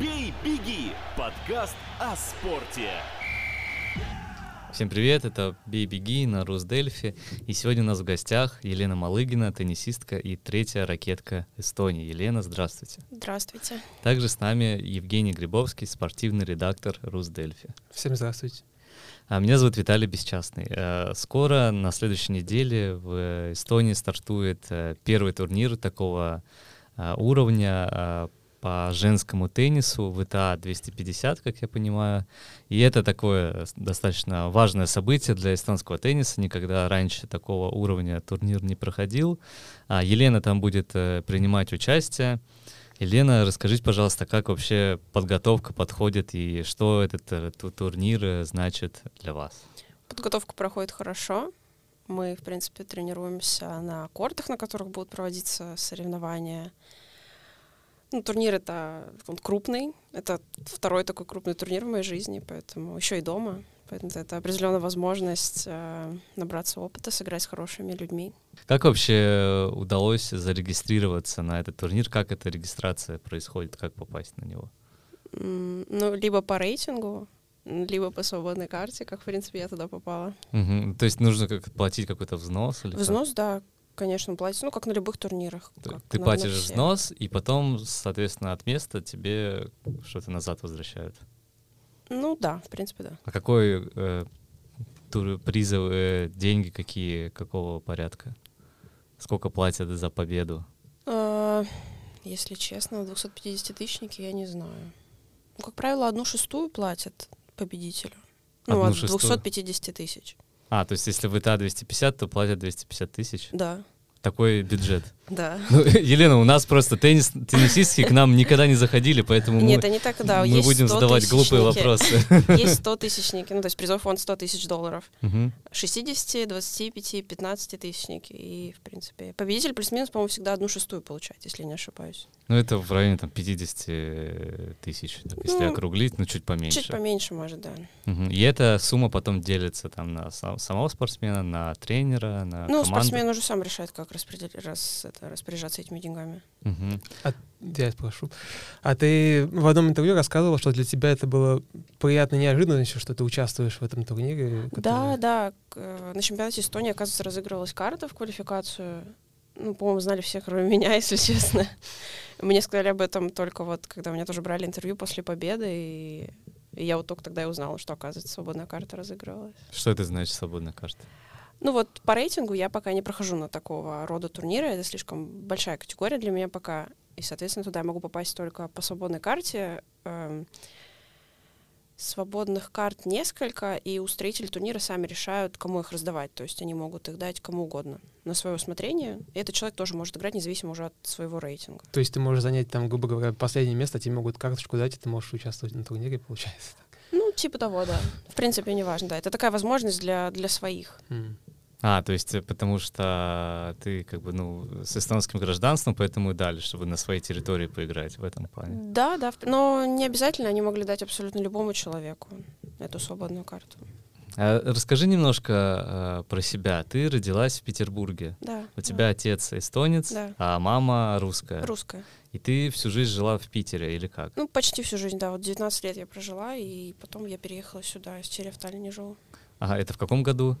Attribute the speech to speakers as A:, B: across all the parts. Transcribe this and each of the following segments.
A: «Бей, беги» – подкаст о спорте.
B: Всем привет, это «Бей, беги» на Русдельфи. И сегодня у нас в гостях Елена Малыгина, теннисистка и третья ракетка Эстонии. Елена, здравствуйте.
C: Здравствуйте.
B: Также с нами Евгений Грибовский, спортивный редактор Русдельфи.
D: Всем здравствуйте.
B: А меня зовут Виталий Бесчастный. Э, Скоро, на следующей неделе, в Эстонии стартует э, первый турнир такого э, уровня э, по женскому теннису, ВТА 250, как я понимаю. И это такое с- достаточно важное событие для эстонского тенниса. Никогда раньше такого уровня турнир не проходил. А Елена там будет э, принимать участие. Елена, расскажите, пожалуйста, как вообще подготовка подходит и что этот э, ту- турнир э, значит для вас?
C: Подготовка проходит хорошо. Мы, в принципе, тренируемся на кортах, на которых будут проводиться соревнования. Ну, турнир это он крупный. Это второй такой крупный турнир в моей жизни, поэтому еще и дома. Поэтому это определенная возможность э, набраться опыта, сыграть с хорошими людьми.
B: Как вообще удалось зарегистрироваться на этот турнир? Как эта регистрация происходит? Как попасть на него?
C: М, Ну, либо по рейтингу, м, либо по свободной карте, как, в принципе, я туда попала.
B: Мгм. То есть нужно как платить какой-то взнос? Или как?
C: Взнос, да, конечно, платится. Ну, как на любых турнирах.
B: Ты,
C: как Ну,
B: ты
C: на- на
B: платишь
C: всех.
B: взнос, и потом, соответственно, от места тебе что-то назад возвращают.
C: Ну, да, в принципе, да.
B: А какой э, тур- призовые деньги какие, какого порядка? Сколько платят за победу?
C: А, Если честно, 250-тысячники я не знаю. Ну, как правило, одну шестую платят победителю. Ну,
B: Одну
C: от
B: шестую?
C: 250 тысяч.
B: А, то есть если в ИТА 250, то платят 250 тысяч.
C: Да,
B: Такой бюджет.
C: да.
B: Ну, Елена, у нас просто теннис, теннисистки к нам никогда не заходили, поэтому Ну, мы,
C: Нет, они так, да.
B: мы
C: есть
B: будем задавать глупые
C: 100-тысячники.
B: вопросы.
C: Есть 100 тысячники, ну, то есть призов фонд 100 тысяч долларов.
B: Мгм.
C: 60, 25, 15 тысячники. И, в принципе, победитель плюс-минус, по-моему, всегда одну шестую получает, если не ошибаюсь.
B: Ну, это в районе там 50 тысяч, так, если
C: Ну,
B: округлить, ну, чуть поменьше.
C: Чуть поменьше, может, да.
B: Мгм. И эта сумма потом делится там на сам- самого спортсмена, на тренера, на
C: Ну,
B: команду.
C: спортсмен уже сам решает, как распредел- раз, это, распоряжаться этими деньгами.
B: Мгм.
D: Я спрошу. А ты в одном интервью рассказывал, что для тебя это было приятно и неожиданно еще, что ты участвуешь в этом турнире.
C: Да,
D: который-
C: да. к- э, На чемпионате Эстонии, оказывается, разыгрывалась карта в квалификацию. Ну, по-моему, знали все, кроме меня, если честно. Мне сказали об этом только вот, когда у меня тоже брали интервью после победы, и, и я вот только тогда и узнала, что, оказывается, свободная карта разыгрывалась.
B: Что это значит свободная карта?
C: Ну вот, по рейтингу я пока не прохожу на такого рода турниры, это слишком большая категория для меня пока, и, соответственно, туда я могу попасть только по свободной карте. Эм, Свободных карт несколько, и устроители турнира сами решают, кому их раздавать. То есть они могут их дать кому угодно на свое усмотрение. И этот человек тоже может играть, независимо уже от своего рейтинга.
D: То есть ты можешь занять там, грубо говоря, последнее место, тебе могут карточку дать, и ты можешь участвовать на турнире, получается.
C: Ну, типа того, да. В принципе, неважно, да. Это такая возможность для, для своих.
D: М.
B: А, то есть э, потому что ты как бы, ну, с эстонским гражданством, поэтому и дали, чтобы на своей территории поиграть в этом плане.
C: Да, да. в- Но не обязательно они могли дать абсолютно любому человеку эту свободную карту.
B: А, расскажи немножко э, про себя. Ты родилась в Петербурге.
C: Да.
B: У тебя отец эстонец,
C: Да.
B: а мама русская.
C: Русская.
B: И ты всю жизнь жила в Питере или как?
C: Ну, почти всю жизнь, да. Вот 19 лет я прожила, и потом я переехала сюда, из Черев в Таллине живу.
B: Ага, это в каком году?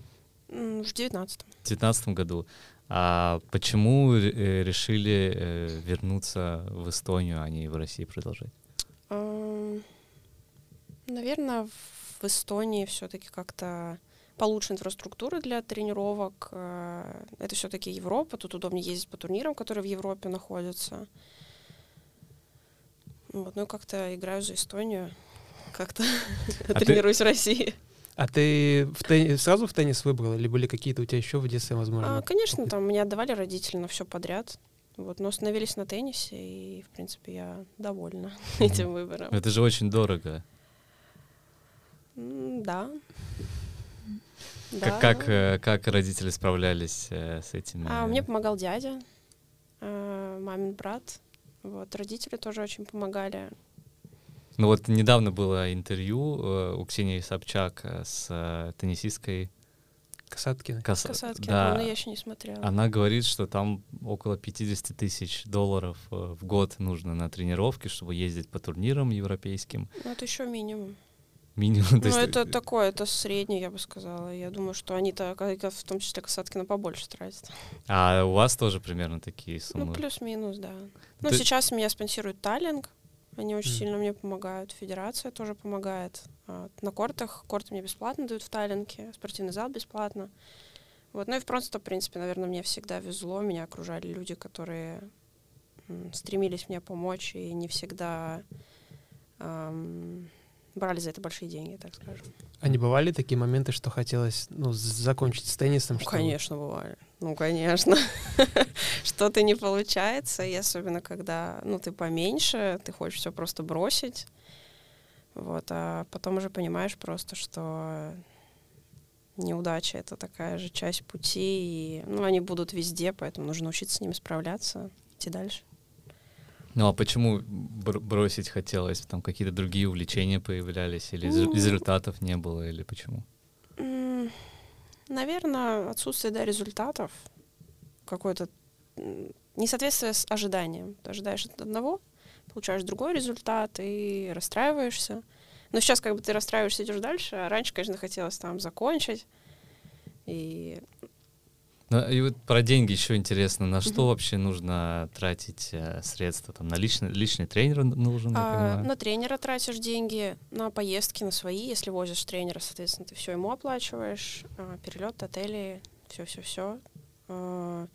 C: М, В 19
B: В 2019 году. А почему э, решили э, вернуться в Эстонию, а не в России продолжать?
C: Наверное, в Эстонии все-таки как-то получше инфраструктура для тренировок. Э, Это все-таки Европа, тут удобнее ездить по турнирам, которые в Европе находятся. Вот, ну и как-то играю за Эстонию, как-то
D: ты-
C: тренируюсь в России.
D: А ты в тенни- сразу в теннис выбрала, или были какие-то у тебя еще в детстве, возможно?
C: А, конечно, там меня отдавали родители на все подряд. Вот, но остановились на теннисе, и, в принципе, я довольна этим выбором.
B: Это же очень дорого.
C: М, Да.
B: Как, как, э, как родители справлялись э, с этими?
C: А, мне помогал дядя, э, мамин брат. Вот, родители тоже очень помогали.
B: Ну вот недавно было интервью э, у Ксении Собчак э, с э, теннисисткой
D: Касаткина.
B: Кас-
C: Касатки,
B: да, А,
C: но я еще не смотрела.
B: Она говорит, что там около 50 тысяч долларов э, в год нужно на тренировки, чтобы ездить по турнирам европейским.
C: Ну, это еще минимум.
B: Минимум. то
C: Ну,
B: есть,
C: это
B: э,
C: такое, это среднее, я бы сказала. Я думаю, что они-то, как- в том числе Касаткина, побольше тратят.
B: А у вас тоже примерно такие суммы?
C: Ну, плюс-минус, да. Ну,
B: Ты-
C: сейчас меня спонсирует Таллинг. Они очень
D: Мгм.
C: сильно мне помогают. Федерация тоже помогает. А, На кортах. Корты мне бесплатно дают в Таллинке. Спортивный зал бесплатно. Вот. Ну и просто, в принципе, наверное, мне всегда везло. Меня окружали люди, которые м, стремились мне помочь и не всегда ам, брали за это большие деньги, так скажем.
D: А не бывали такие моменты, что хотелось ну, з- закончить с теннисом?
C: Ну,
D: что
C: конечно, бывали. Ну, конечно. Что-то не получается, и особенно когда, ну, ты поменьше, ты хочешь все просто бросить. Вот, а потом уже понимаешь просто, что неудача — это такая же часть пути, и, ну, они будут везде, поэтому нужно учиться с ними справляться, идти дальше.
B: Ну а почему бр- бросить хотелось? Там какие-то другие увлечения появлялись, или из-
C: Ну.
B: результатов не было, или почему?
C: Наверное, отсутствие да, результатов, какое-то м, несоответствие с ожиданием. Ты ожидаешь от одного, получаешь другой результат и расстраиваешься. Но сейчас как бы ты расстраиваешься, идешь дальше, а раньше, конечно, хотелось там закончить. И
B: Ну, и вот про деньги еще интересно, на что вообще нужно тратить э, средства? Там на личный, личный тренер н- нужен, я
C: а,
B: понимаю.
C: на тренера тратишь деньги, на поездки, на свои. Если возишь тренера, соответственно, ты все ему оплачиваешь. а, перелет, отели, все-все-все. на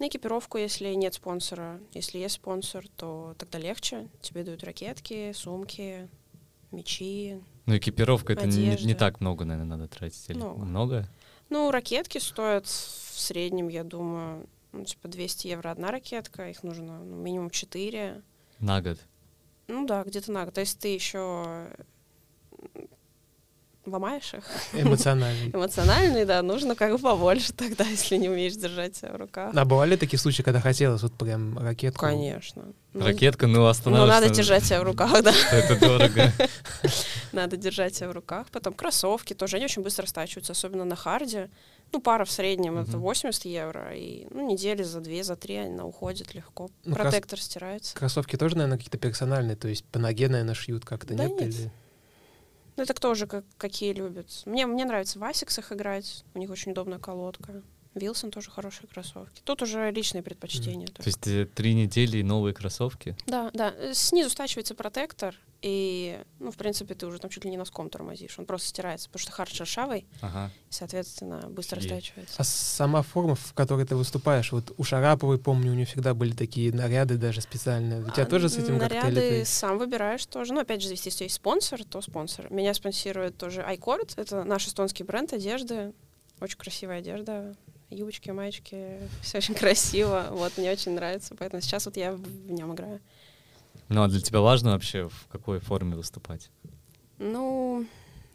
C: экипировку, если нет спонсора. Если есть спонсор, то тогда легче. Тебе дают ракетки, сумки, мечи.
B: Ну, экипировка это не- не,
C: одежда.
B: так много, наверное, надо тратить. Или
C: Много.
B: много?
C: Ну, ракетки стоят в среднем, я думаю, ну, типа 200 евро одна ракетка. Их нужно ну, минимум 4.
B: На год.
C: Ну да, где-то на год. То есть ты еще ломаешь их
D: Эмоционально.
C: эмоциональные, да, нужно как бы побольше тогда, если не умеешь держать себя в руках.
D: А бывали такие случаи, когда хотелось вот прям ракетку?
C: Конечно. Ну,
B: Ракетка, ну,
C: Ну,
B: останавливается.
C: надо держать себя в руках, да.
B: Это дорого.
C: Надо держать себя в руках. Потом кроссовки тоже, они очень быстро стачиваются, особенно на харде. Ну, пара в среднем это
B: Мгм.
C: 80 евро. И ну, недели за две, за три она уходит легко.
D: Ну, крос-
C: Протектор стирается.
D: Кроссовки тоже, наверное, какие-то персональные, то есть по ноге, наверное, шьют как-то,
C: Да
D: нет?
C: нет.
D: Или-
C: Ну, это кто же как, какие любят. Мне, мне нравится в асиксах играть. У них очень удобная колодка. Вилсон тоже хорошие кроссовки. Тут уже личные предпочтения.
B: То
C: только.
B: есть э, три недели и новые кроссовки.
C: Да, да. Э, Снизу стачивается протектор, и, ну, в принципе, ты уже там чуть ли не носком тормозишь. Он просто стирается, потому что хард шершавый,
B: Ага.
C: и, соответственно, быстро
B: Офигеть.
C: стачивается.
D: А сама форма, в которой ты выступаешь, вот у Шараповой, помню, у нее всегда были такие наряды даже специальные. У тебя
C: А
D: тоже с этим как-то или
C: Наряды
D: ты-
C: сам выбираешь тоже. Ну, опять же, здесь, если есть спонсор, то спонсор. Меня спонсирует тоже iCord. Это наш эстонский бренд одежды. Очень красивая одежда. Юбочки, маечки. Все очень красиво. Вот, мне очень нравится. Поэтому сейчас вот я в- в нем играю.
B: Ну, а для тебя важно вообще, в какой форме выступать?
C: Ну,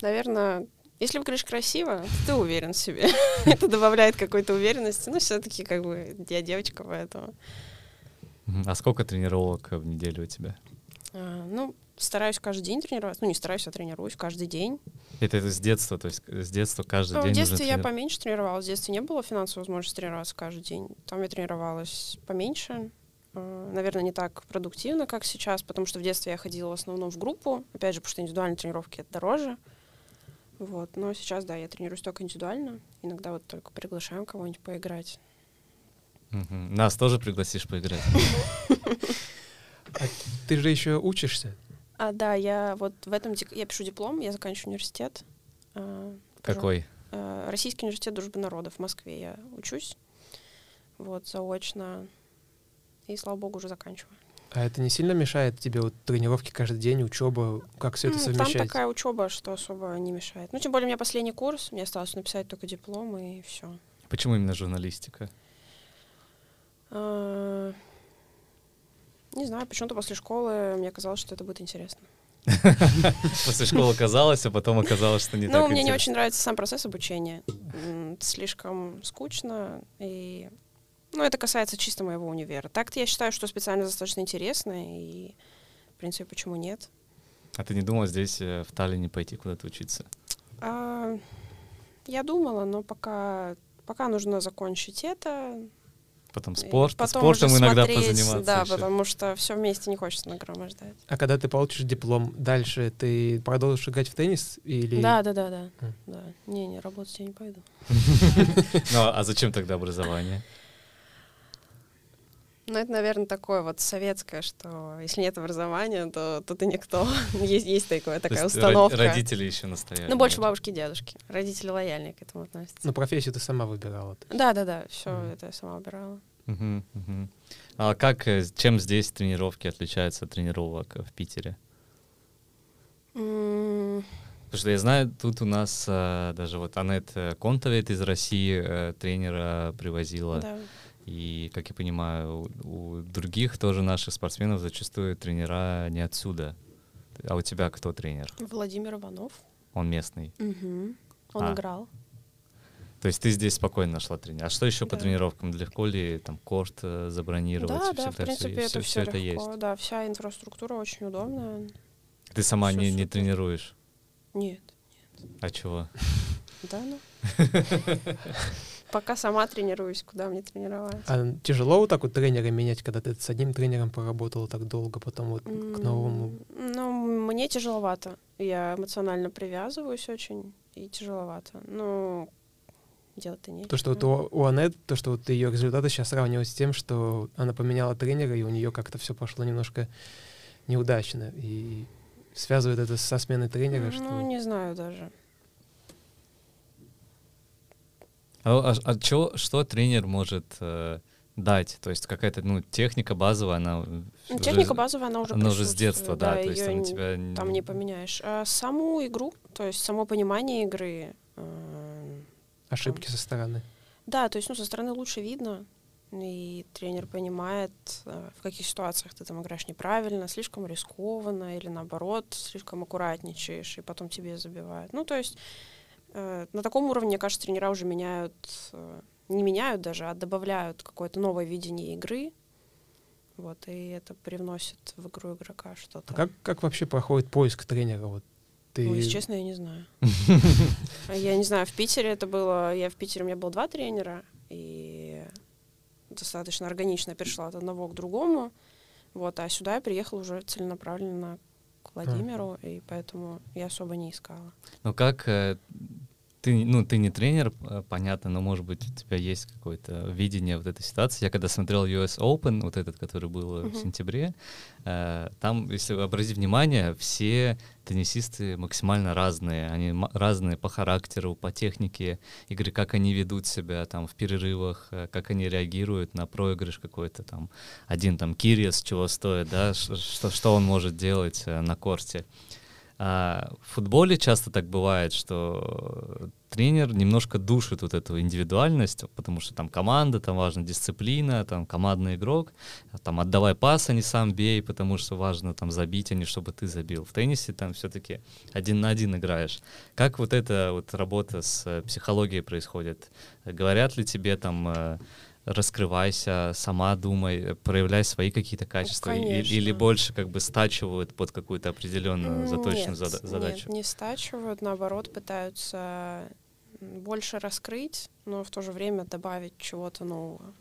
C: наверное, если выглядишь красиво, ты уверен в себе. Это добавляет какой-то уверенности. Ну, все-таки, как бы, я девочка, поэтому.
B: Мгм. А сколько тренировок э, в неделю у тебя?
C: А, Ну, стараюсь каждый день тренироваться. Ну, не стараюсь, а тренируюсь каждый день.
B: Это, это с детства, то есть э, с детства каждый
C: Ну,
B: день
C: в
B: нужно
C: детстве я
B: трени-
C: поменьше тренировалась. В детстве не было финансовой возможности тренироваться каждый день. Там я тренировалась поменьше. Э, Наверное, не так продуктивно, как сейчас, потому что в детстве я ходила в основном в группу. Опять же, потому что индивидуальные тренировки это дороже. Вот. Но сейчас, да, я тренируюсь только индивидуально. Иногда вот только приглашаем кого-нибудь поиграть.
B: Мгм. Нас тоже пригласишь поиграть.
D: А Ты же еще учишься.
C: А, да, я вот в этом... дек- Я пишу диплом, я заканчиваю университет. Э, пожалуй,
B: Какой?
C: Э, Российский университет дружбы народов в Москве я учусь. Вот, заочно. И, слава богу, уже заканчиваю.
D: А это не сильно мешает тебе вот тренировки каждый день, учеба, как все это
C: М,
D: совмещать?
C: Там такая учеба, что особо не мешает. Ну, тем более, у меня последний курс, мне осталось написать только диплом и все.
B: Почему именно журналистика?
C: Э, Не знаю, почему-то после школы мне казалось, что это будет интересно.
B: После школы казалось, а потом оказалось, что не
C: Ну,
B: так
C: мне не
B: интересно.
C: очень нравится сам процесс обучения. М, Слишком скучно. И... Ну, это касается чисто моего универа. Так-то я считаю, что специально достаточно интересно. И, в принципе, почему нет?
B: А ты не думал здесь, э, в Таллине, пойти куда-то учиться?
C: А, Я думала, но пока, пока нужно закончить это.
B: Потом
C: И
B: спорт,
C: потом
B: спортом
C: уже
B: иногда
C: смотреть,
B: позаниматься.
C: Да,
B: ещё.
C: потому что все вместе не хочется нагромождать.
D: А когда ты получишь диплом, дальше ты продолжишь играть в теннис или...
C: Да, да, да, да.
D: М.
C: да. Не, не, работать я не пойду.
B: Ну, а зачем тогда образование?
C: Ну, это, наверное, такое вот советское, что если нет образования, то, то ты никто. есть есть такое,
B: То
C: такая
B: есть ро-
C: установка.
B: Родители еще настояли.
C: Ну, больше
B: да?
C: бабушки и дедушки. Родители лояльнее к этому относятся.
D: Ну, профессию ты сама выбирала.
C: Да, да, да, все
D: Мгм.
C: это я сама убирала.
B: Мгм, мгм. А как, э, чем здесь тренировки отличаются от тренировок э, в Питере?
C: М,
B: Потому что я знаю, тут у нас э, даже вот Анет Контовет из России э, тренера привозила.
C: да.
B: И, как я понимаю, у, у других тоже наших спортсменов зачастую тренера не отсюда. А у тебя кто тренер?
C: Владимир Иванов.
B: Он местный.
C: Он
B: А.
C: играл.
B: То есть ты здесь спокойно нашла тренера. А что еще по
C: Да.
B: тренировкам? Легко ли там корт э, забронировать?
C: Да,
B: и всё
C: да, в
B: это-
C: принципе,
B: и
C: это
B: всё- всё
C: все,
B: это
C: легко.
B: есть.
C: Да, вся инфраструктура очень удобная.
B: Ты сама
C: Всё
B: не, не
C: супер.
B: тренируешь.
C: Нет,
B: А чего?
C: да, ну. Пока сама тренируюсь, куда мне тренировать.
D: А тяжело вот так вот тренера менять, когда ты с одним тренером поработала так долго, потом вот к
C: М,
D: новому?
C: Ну, мне тяжеловато. Я эмоционально привязываюсь очень, и тяжеловато. Ну, делать-то нечего.
D: То, что вот у, у Анет, то, что вот ее результаты сейчас сравнивать с тем, что она поменяла тренера, и у нее как-то все пошло немножко неудачно. И связывает это со сменой тренера,
C: Ну,
D: что...
C: не знаю даже.
B: А, а- а чё- что тренер может э, дать? То есть какая-то ну, техника базовая, она...
C: Ну,
B: уже-
C: Техника базовая, она уже
B: Она уже с
C: присутствует,
B: детства, да, то есть
C: её
B: она
C: н-
B: тебя... н-
C: там не поменяешь. А саму игру, то есть само понимание игры, э, эм,
D: Ошибки со стороны.
C: Да, то есть, ну, со стороны лучше видно, и тренер понимает, э, в каких ситуациях ты там играешь неправильно, слишком рискованно, или наоборот, слишком аккуратничаешь, и потом тебе забивают. Ну, то есть, э, на таком уровне, мне кажется, тренера уже меняют, э, не меняют даже, а добавляют какое-то новое видение игры, вот, и это привносит в игру игрока что-то.
D: А как, как вообще проходит поиск тренера? Вот ты...
C: Ну, если честно, я не знаю. А Я не знаю, в Питере это было... Я в Питере, у меня было два тренера, и достаточно органично перешла от одного к другому. Вот, а сюда я приехала уже целенаправленно к Владимиру, и поэтому я особо не искала.
B: Ну как... э, ты, ну, ты не тренер, э, понятно, но, может быть, у тебя есть какое-то видение вот этой ситуации. Я когда смотрел US Open, вот этот, который был э, в
C: Мгм.
B: сентябре, э, там, если вы обратите внимание, все теннисисты максимально разные. Они ма- разные по характеру, по технике игры, как они ведут себя там в перерывах, э, как они реагируют на проигрыш какой-то там. Один там Кириес, чего стоит, да, ш- что, что он может делать э, на корте. А в футболе часто так бывает, что э, тренер немножко душит вот эту индивидуальность, потому что там команда, там важна дисциплина, там командный игрок, а там отдавай пас, а не сам бей, потому что важно там забить, а не чтобы ты забил. В теннисе там все-таки один на один играешь. Как вот эта вот работа с э, психологией происходит? Э, Говорят ли тебе там э, раскрывайся, сама думай, э, проявляй свои какие-то качества, и-
C: конечно.
B: или больше как бы стачивают под какую-то определенную
C: М,
B: заточенную
C: Ну, нет,
B: зада-
C: нет,
B: задачу?
C: не стачивают, наоборот, пытаются м, больше раскрыть, но в то же время добавить чего-то нового.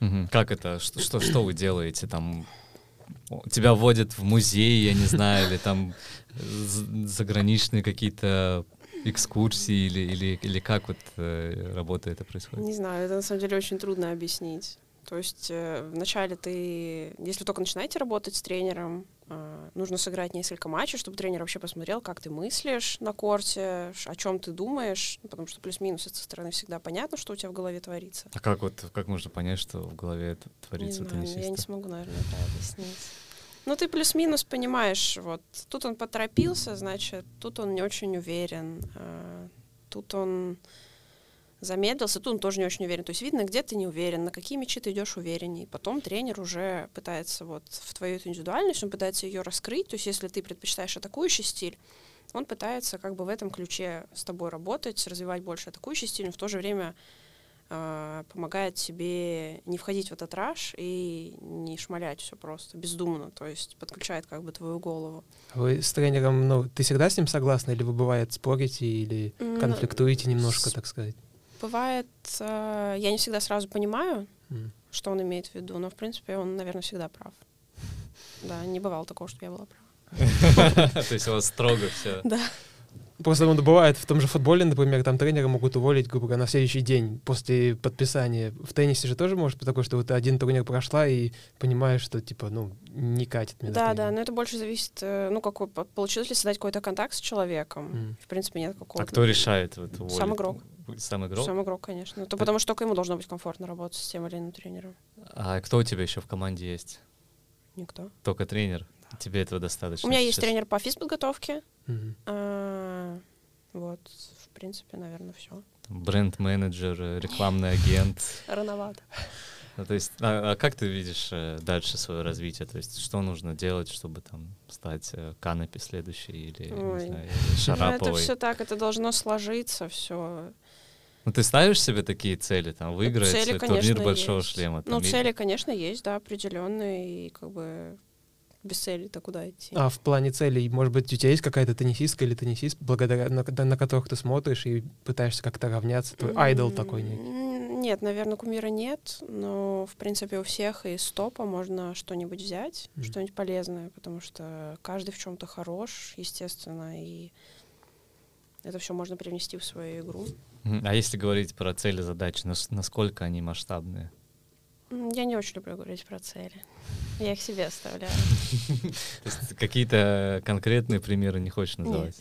B: Мгм. Как это? Что, что, что вы делаете там? о, Тебя вводят в музей, я не знаю, или там з- заграничные какие-то экскурсии, или, или, или как вот э, работа это происходит?
C: Не знаю, это на самом деле очень трудно объяснить. То есть э, вначале ты, если вы только начинаете работать с тренером, э, нужно сыграть несколько матчей, чтобы тренер вообще посмотрел, как ты мыслишь на корте, ш- о чем ты думаешь, ну, потому что плюс-минус со стороны всегда понятно, что у тебя в голове творится.
B: А как вот как можно понять, что в голове т-
C: Не
B: творится у
C: знаю, я не
B: теннисиста?
C: смогу, наверное, это объяснить. Ну, ты плюс-минус понимаешь, вот, тут он поторопился, значит, тут он не очень уверен, а, тут он замедлился, тут он тоже не очень уверен. То есть видно, где ты не уверен, на какие мячи ты идешь уверенней. Потом тренер уже пытается вот в твою эту индивидуальность, он пытается ее раскрыть. То есть если ты предпочитаешь атакующий стиль, он пытается как бы в этом ключе с тобой работать, развивать больше атакующий стиль, но в то же время а, а, помогает тебе не входить в этот раш и не шмалять все просто бездумно, то есть подключает как бы твою голову.
D: Вы с тренером, ну, ты всегда с ним согласна, или вы бывает спорите, или
C: М,
D: конфликтуете немножко,
C: Ну, с-
D: так сказать?
C: Бывает, а, я не всегда сразу понимаю,
D: М.
C: что он имеет в виду, но в принципе он, наверное, всегда прав. Да, не бывало такого, чтобы я была права.
B: То есть у вас строго все.
D: Просто он бывает в том же футболе, например, там тренера могут уволить, грубо говоря, на следующий день после подписания. В теннисе же тоже может быть такое, что вот один турнир прошла и понимаешь, что типа, ну, не катит меня.
C: Да, да, но это больше зависит, э, ну, какой, по- получилось ли создать какой-то контакт с человеком. В принципе, нет какого-то.
B: А кто решает? вот, уволит?
C: игрок.
B: Сам игрок?
C: Сам игрок, конечно. Это потому что только ему должно быть комфортно работать с тем или иным тренером.
B: А кто у тебя еще в команде есть?
C: Никто.
B: Только тренер? Тебе этого достаточно?
C: У меня есть
B: сейчас?
C: тренер по физподготовке.
D: Мгм.
C: А, Вот, в принципе, наверное, все.
B: Бренд-менеджер, э, рекламный агент.
C: Рановато.
B: Ну, то есть, а, а как ты видишь э, дальше свое развитие? То есть, что нужно делать, чтобы там стать э, Канопи следующей или,
C: Ой.
B: не знаю, или
C: Ну, это
B: Шараповой?
C: все так, это должно сложиться, все.
B: Ну, ты ставишь себе такие цели, там, выиграть
C: Цели,
B: э, турнир
C: конечно,
B: большого
C: есть.
B: шлема?
C: Ну,
B: там, или-
C: цели, конечно, есть, да, определенные, и как бы без цели-то куда идти.
D: А в плане целей, может быть, у тебя есть какая-то теннисистка или теннисист, благодаря на, на- на которых ты смотришь и пытаешься как-то равняться, твой айдол
C: М,
D: такой некий.
C: Нет, наверное, кумира нет, но, в принципе, у всех из топа можно что-нибудь взять,
D: Мгм.
C: что-нибудь полезное, потому что каждый в чем-то хорош, естественно, и это все можно привнести в свою игру.
B: Мгм. А если говорить про цели, задачи, нас- насколько они масштабные?
C: М, Я не очень люблю говорить про цели. Я их себе оставляю.
B: То есть какие-то конкретные примеры не хочешь называть?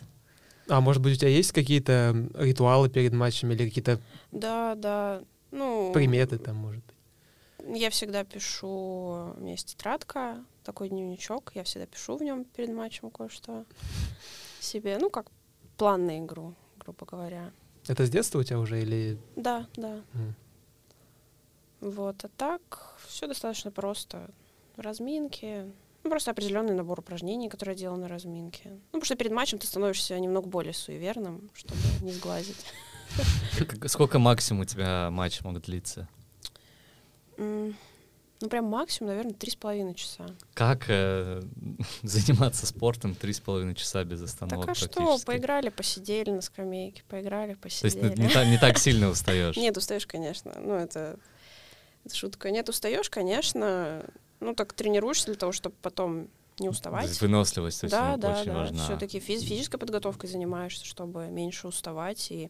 D: А может быть, у тебя есть какие-то м, ритуалы перед матчами или какие-то
C: Да, да. Ну,
D: приметы там, может быть?
C: я всегда пишу, у меня есть тетрадка, такой дневничок, я всегда пишу в нем перед матчем кое-что себе, ну, как план на игру, грубо говоря.
D: Это с детства у тебя уже или...
C: Да, да.
D: м,
C: Вот, а так все достаточно просто. Разминки, ну, просто определенный набор упражнений, которые я делаю на разминке. Ну, потому что перед матчем ты становишься немного более суеверным, чтобы не сглазить.
B: Как- Сколько максимум у тебя матч мог длиться?
C: М, Ну, прям максимум, наверное, три с половиной часа.
B: Как э, заниматься спортом три с половиной часа без остановок?
C: так а что,
B: ну практически?
C: поиграли, посидели на скамейке, поиграли,
B: То есть
C: посидели.
B: ты не, та- не так сильно устаешь?
C: Нет, устаешь, конечно. Ну, это, это шутка. Нет, устаешь, конечно. Ну, так тренируешься для того, чтобы потом не
B: То
C: уставать.
B: есть выносливость очень,
C: да, да,
B: очень
C: да.
B: важна.
C: Все-таки физической подготовкой занимаешься, чтобы меньше уставать и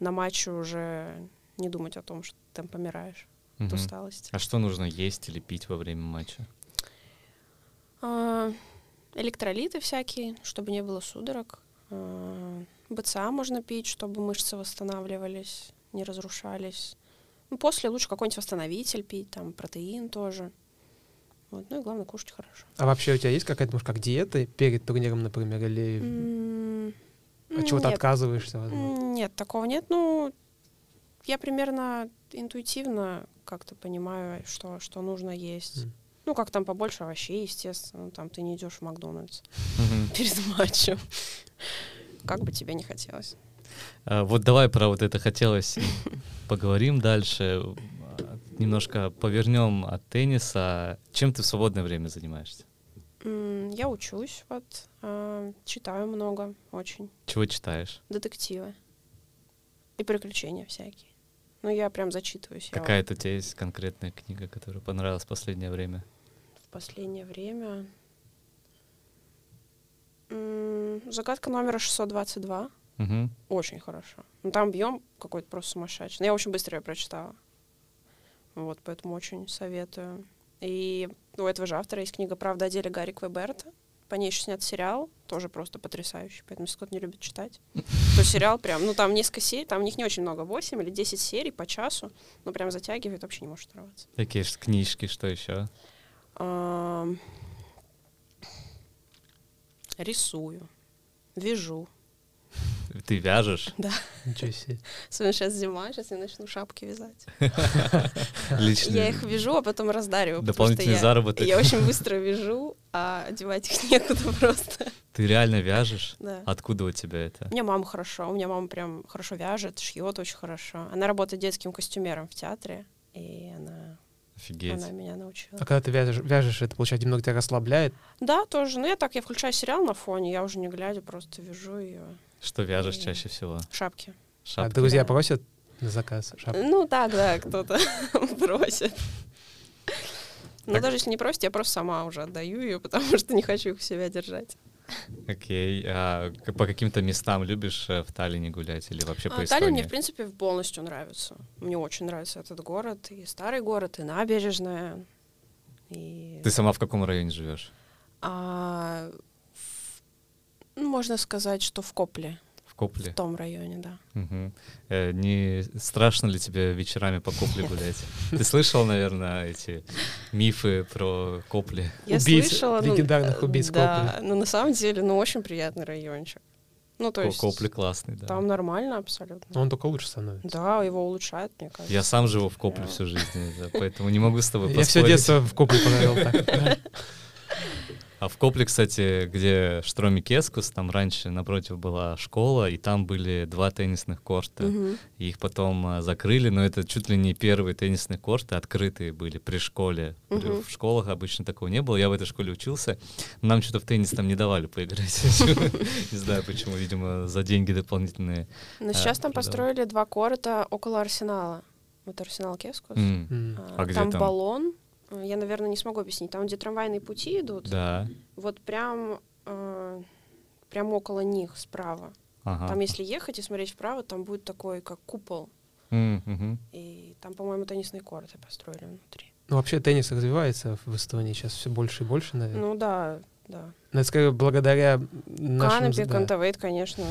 C: на матче уже не думать о том, что ты там помираешь
B: Мгм.
C: от усталости.
B: А что нужно есть или пить во время матча?
C: А, электролиты всякие, чтобы не было судорог. А, БЦА можно пить, чтобы мышцы восстанавливались, не разрушались. Ну, после лучше какой-нибудь восстановитель пить, там протеин тоже. Вот. Ну и главное, кушать хорошо.
D: А вообще у тебя есть какая-то, может, как диета перед турниром, например, или
C: М,
D: от А чего-то
C: нет.
D: отказываешься, возможно?
C: М, Нет, такого нет. Ну, я примерно интуитивно как-то понимаю, что, что нужно есть.
D: М.
C: Ну, как там побольше овощей, естественно. Ну, Там ты не идешь в Макдональдс.
B: Мгм.
C: перед матчем. Как бы тебе не хотелось.
B: А, Вот давай про вот это хотелось поговорим дальше. А, Немножко повернем от тенниса. Чем ты в свободное время занимаешься?
C: М, Я учусь, вот, а, читаю много, очень.
B: Чего читаешь?
C: Детективы. И приключения всякие. Ну, я прям зачитываюсь. я
B: Какая-то у тебя есть конкретная книга, которая понравилась в последнее время?
C: вот в последнее время... М, Загадка номера 622.
B: Мгм.
C: Очень хорошо. Ну, там объем какой-то просто сумасшедший. Но я очень быстро ее прочитала. Вот, поэтому очень советую. И у этого же автора есть книга «Правда о деле Гарри Квеберта». По ней еще снят сериал, тоже просто потрясающий. Поэтому, если кто-то не любит читать, то сериал прям... Ну, там несколько серий, там у них не очень много, 8 или 10 серий по часу, но прям затягивает, вообще не может оторваться.
B: Такие ж книжки, что еще?
C: Ам, Рисую, вяжу.
B: Ты вяжешь?
D: Ничего себе.
C: Особенно а сейчас зима, сейчас я начну шапки вязать.
B: Личный
C: Я их вяжу, а потом раздариваю. потому что
B: дополнительный
C: я-
B: заработок?
C: Я очень быстро вяжу, а одевать их некуда просто.
B: Ты реально вяжешь?
C: Да.
B: Откуда у тебя это?
C: У меня мама хорошо, у меня мама прям хорошо вяжет, шьет очень хорошо. Она работает детским костюмером в театре, и она, она
B: Офигеть.
C: меня научила.
D: А когда ты вяжешь, вяжешь, это, получается, немного тебя расслабляет. а
C: Да, тоже. Ну, я так, я включаю сериал на фоне, я уже не глядя, просто вяжу ее
B: Что вяжешь чаще всего?
C: шапки.
D: А
B: Шапки.
D: друзья
C: Да.
D: просят на заказ
B: А
D: шапку.
C: Ну, так, да, кто-то просит. Но
B: Так.
C: даже если не просит, я просто сама уже отдаю ее, потому что не хочу их у себя держать.
B: Окей. А к- по каким-то местам любишь э, в Таллине гулять или вообще по
C: А Таллин мне,
B: Эстонии?
C: в принципе, полностью нравится. Мне очень нравится этот город, и старый город, и набережная. И...
B: Ты сама в каком районе живешь?
C: А, в- ну, можно сказать, что в Копле,
B: В Копле?
C: в том районе, да.
B: Мгм. Э, Не страшно ли тебе вечерами по Копле гулять? Ты слышал, наверное, эти мифы про Копли?
C: Я
D: Убийц,
C: слышала... ну,
D: легендарных
C: э,
D: убийц
C: Да, но на самом деле, ну, очень приятный райончик. Ну, то
B: Ко-
C: есть,
B: Копли классный,
C: там
B: да.
C: нормально абсолютно.
D: Но он только лучше становится.
C: Да, его улучшают, мне кажется.
B: Я сам живу в Копле всю жизнь, да, поэтому не могу с тобой
D: Я все
B: поспорить.
D: детство в купле провел так.
B: А в Копле, кстати, где Штроми Кескус, там раньше напротив была школа, и там были два теннисных корта.
C: Мгм.
B: И Их потом а, закрыли, но это чуть ли не первые теннисные корты открытые были при школе. При-
C: Мгм.
B: В школах обычно такого не было. Я в этой школе учился. Нам что-то в теннис там не давали поиграть. Не знаю почему, видимо, за деньги дополнительные.
C: Но сейчас там
B: да.
C: построили два корта около Арсенала. Вот Арсенал Кескус.
B: М,
D: М.
C: А,
B: А где там?
C: баллон. Э, Я, наверное, не смогу объяснить. Там, где трамвайные пути идут,
B: Да.
C: вот прям, э, прям около них справа.
B: Ага.
C: Там, если ехать и смотреть вправо, там будет такой, как купол.
B: М, мгм.
C: И там, по-моему, теннисные корты построили внутри.
D: Ну, вообще теннис развивается в Эстонии сейчас все больше и больше,
B: Э.
D: наверное.
C: Ну да, да.
D: Но это скорее благодаря нашим...
C: Канопи,
D: да.
C: Кантавейт, конечно.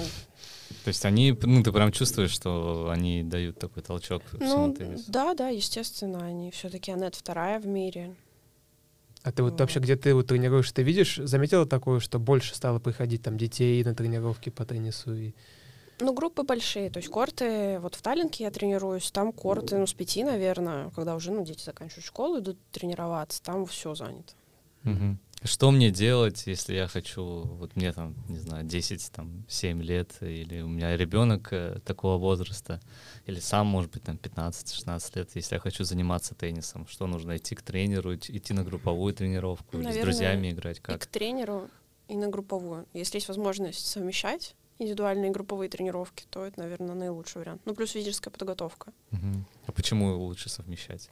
B: То есть они, ну ты прям чувствуешь, что они дают такой толчок всему
C: Ну,
B: теннису.
C: да, да, естественно, они все-таки Анет вторая в мире.
D: А ты вот вообще, где ты вот тренируешься, ты видишь, заметила такое, что больше стало приходить там детей на тренировки по теннису? И...
C: Ну, группы большие, то есть корты, вот в Таллинке я тренируюсь, там корты, ну, с пяти, наверное, когда уже, ну, дети заканчивают школу, идут тренироваться, там все занято.
B: Мгм. Что мне делать, если я хочу, вот мне там, не знаю, 10, там, 7 лет, или у меня ребенок э, такого возраста, или сам, может быть, там, 15-16 лет, если я хочу заниматься теннисом, что нужно, идти к тренеру, идти идти на групповую тренировку, или с
C: Наверное,
B: друзьями играть,
C: И к
B: как?
C: тренеру, и на групповую. Если есть возможность совмещать индивидуальные и групповые тренировки, то это, наверное, наилучший вариант. Ну, плюс физическая подготовка.
B: Мгм. А почему лучше совмещать?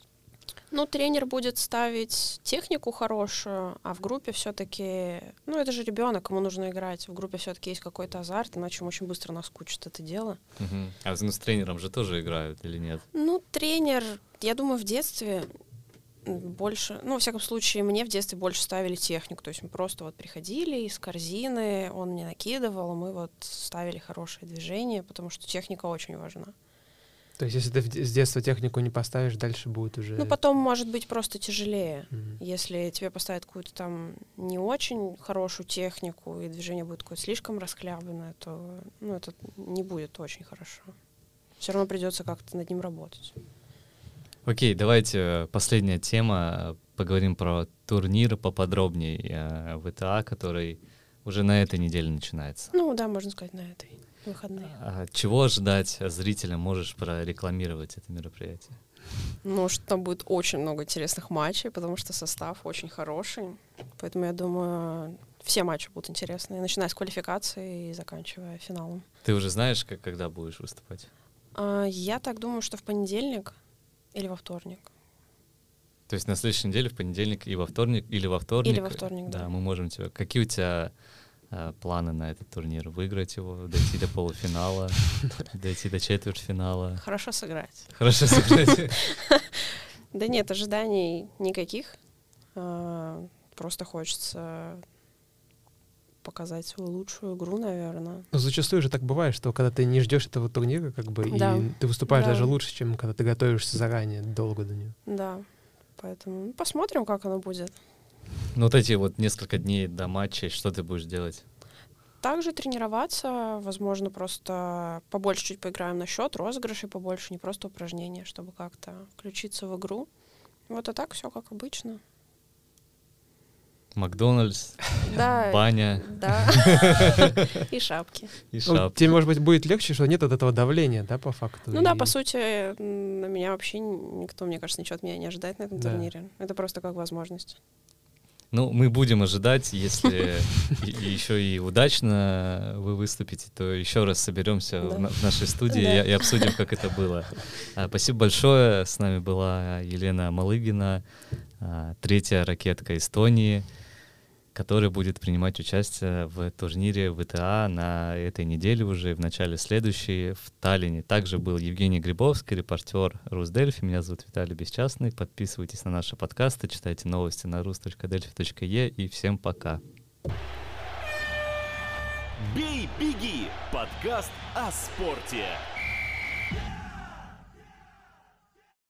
C: Ну, тренер будет ставить технику хорошую, а в группе все-таки, ну, это же ребенок, ему нужно играть. В группе все-таки есть какой-то азарт, иначе ему очень быстро наскучит это дело.
B: Мгм. А ну, с тренером же тоже играют или нет?
C: Ну, тренер, я думаю, в детстве больше, ну, во всяком случае, мне в детстве больше ставили технику. То есть мы просто вот приходили из корзины, он мне накидывал, а мы вот ставили хорошее движение, потому что техника очень важна.
D: То есть, если ты в де- с детства технику не поставишь, дальше будет уже...
C: Ну, потом, может быть, просто тяжелее.
D: Мгм.
C: Если тебе поставят какую-то там не очень хорошую технику, и движение будет какое-то слишком расхлябанное, то ну, это не будет очень хорошо. Все равно придется как-то над ним работать.
B: Окей, давайте э, последняя тема. э, Поговорим про турнир поподробнее э, в ИТА, который уже на этой неделе начинается.
C: Ну да, можно сказать, на этой выходные.
B: А Чего ожидать зрителям? Можешь прорекламировать это мероприятие?
C: Ну, что там будет очень много интересных матчей, потому что состав очень хороший. Поэтому я думаю, все матчи будут интересные, начиная с квалификации и заканчивая финалом.
B: Ты уже знаешь, как, когда будешь выступать?
C: А, я так думаю, что в понедельник или во вторник.
B: То есть на следующей неделе, в понедельник и во вторник, или во вторник?
C: Или во вторник, да.
B: мы можем тебя... Какие у тебя э, планы на этот турнир? Выиграть его, дойти до полуфинала, дойти до четвертьфинала?
C: Хорошо сыграть.
B: Хорошо сыграть.
C: Да нет, ожиданий никаких. А, Просто хочется показать свою лучшую игру, наверное.
D: Ну, зачастую же так бывает, что когда ты не ждешь этого турнира, как бы,
C: Да.
D: и ты выступаешь
C: Да.
D: даже лучше, чем когда ты готовишься заранее долго до него.
C: Да. Поэтому ну, посмотрим, как оно будет.
B: Ну вот эти вот несколько дней до матча, что ты будешь делать?
C: Также тренироваться, возможно, просто побольше чуть поиграем на счет, розыгрыши побольше, не просто упражнения, чтобы как-то включиться в игру. Вот а так все как обычно.
B: Макдональдс,
C: Да,
B: баня
C: да. И шапки.
B: и
D: Ну,
B: шапка.
D: тебе, может быть, будет легче, что нет от этого давления, да, по факту?
C: Ну да,
D: И-
C: по сути, м, на меня вообще никто, мне кажется, ничего от меня не ожидает на этом
D: Да.
C: турнире. Это просто как возможность.
B: Ну, мы будем ожидать, если еще и удачно вы выступите, то еще раз соберемся в
C: Да.
B: на- в нашей студии
C: Да.
B: и и обсудим, как это было. А, Спасибо большое. С нами была Елена Малыгина, а, третья ракетка Эстонии, которая будет принимать участие в турнире ВТА на этой неделе уже, в начале следующей в Таллине. Также был Евгений Грибовский, репортер Русдельфи. Меня зовут Виталий Бесчастный. Подписывайтесь на наши подкасты, читайте новости на rus.delphi.e и всем пока.
A: «Бей, беги» — подкаст о спорте.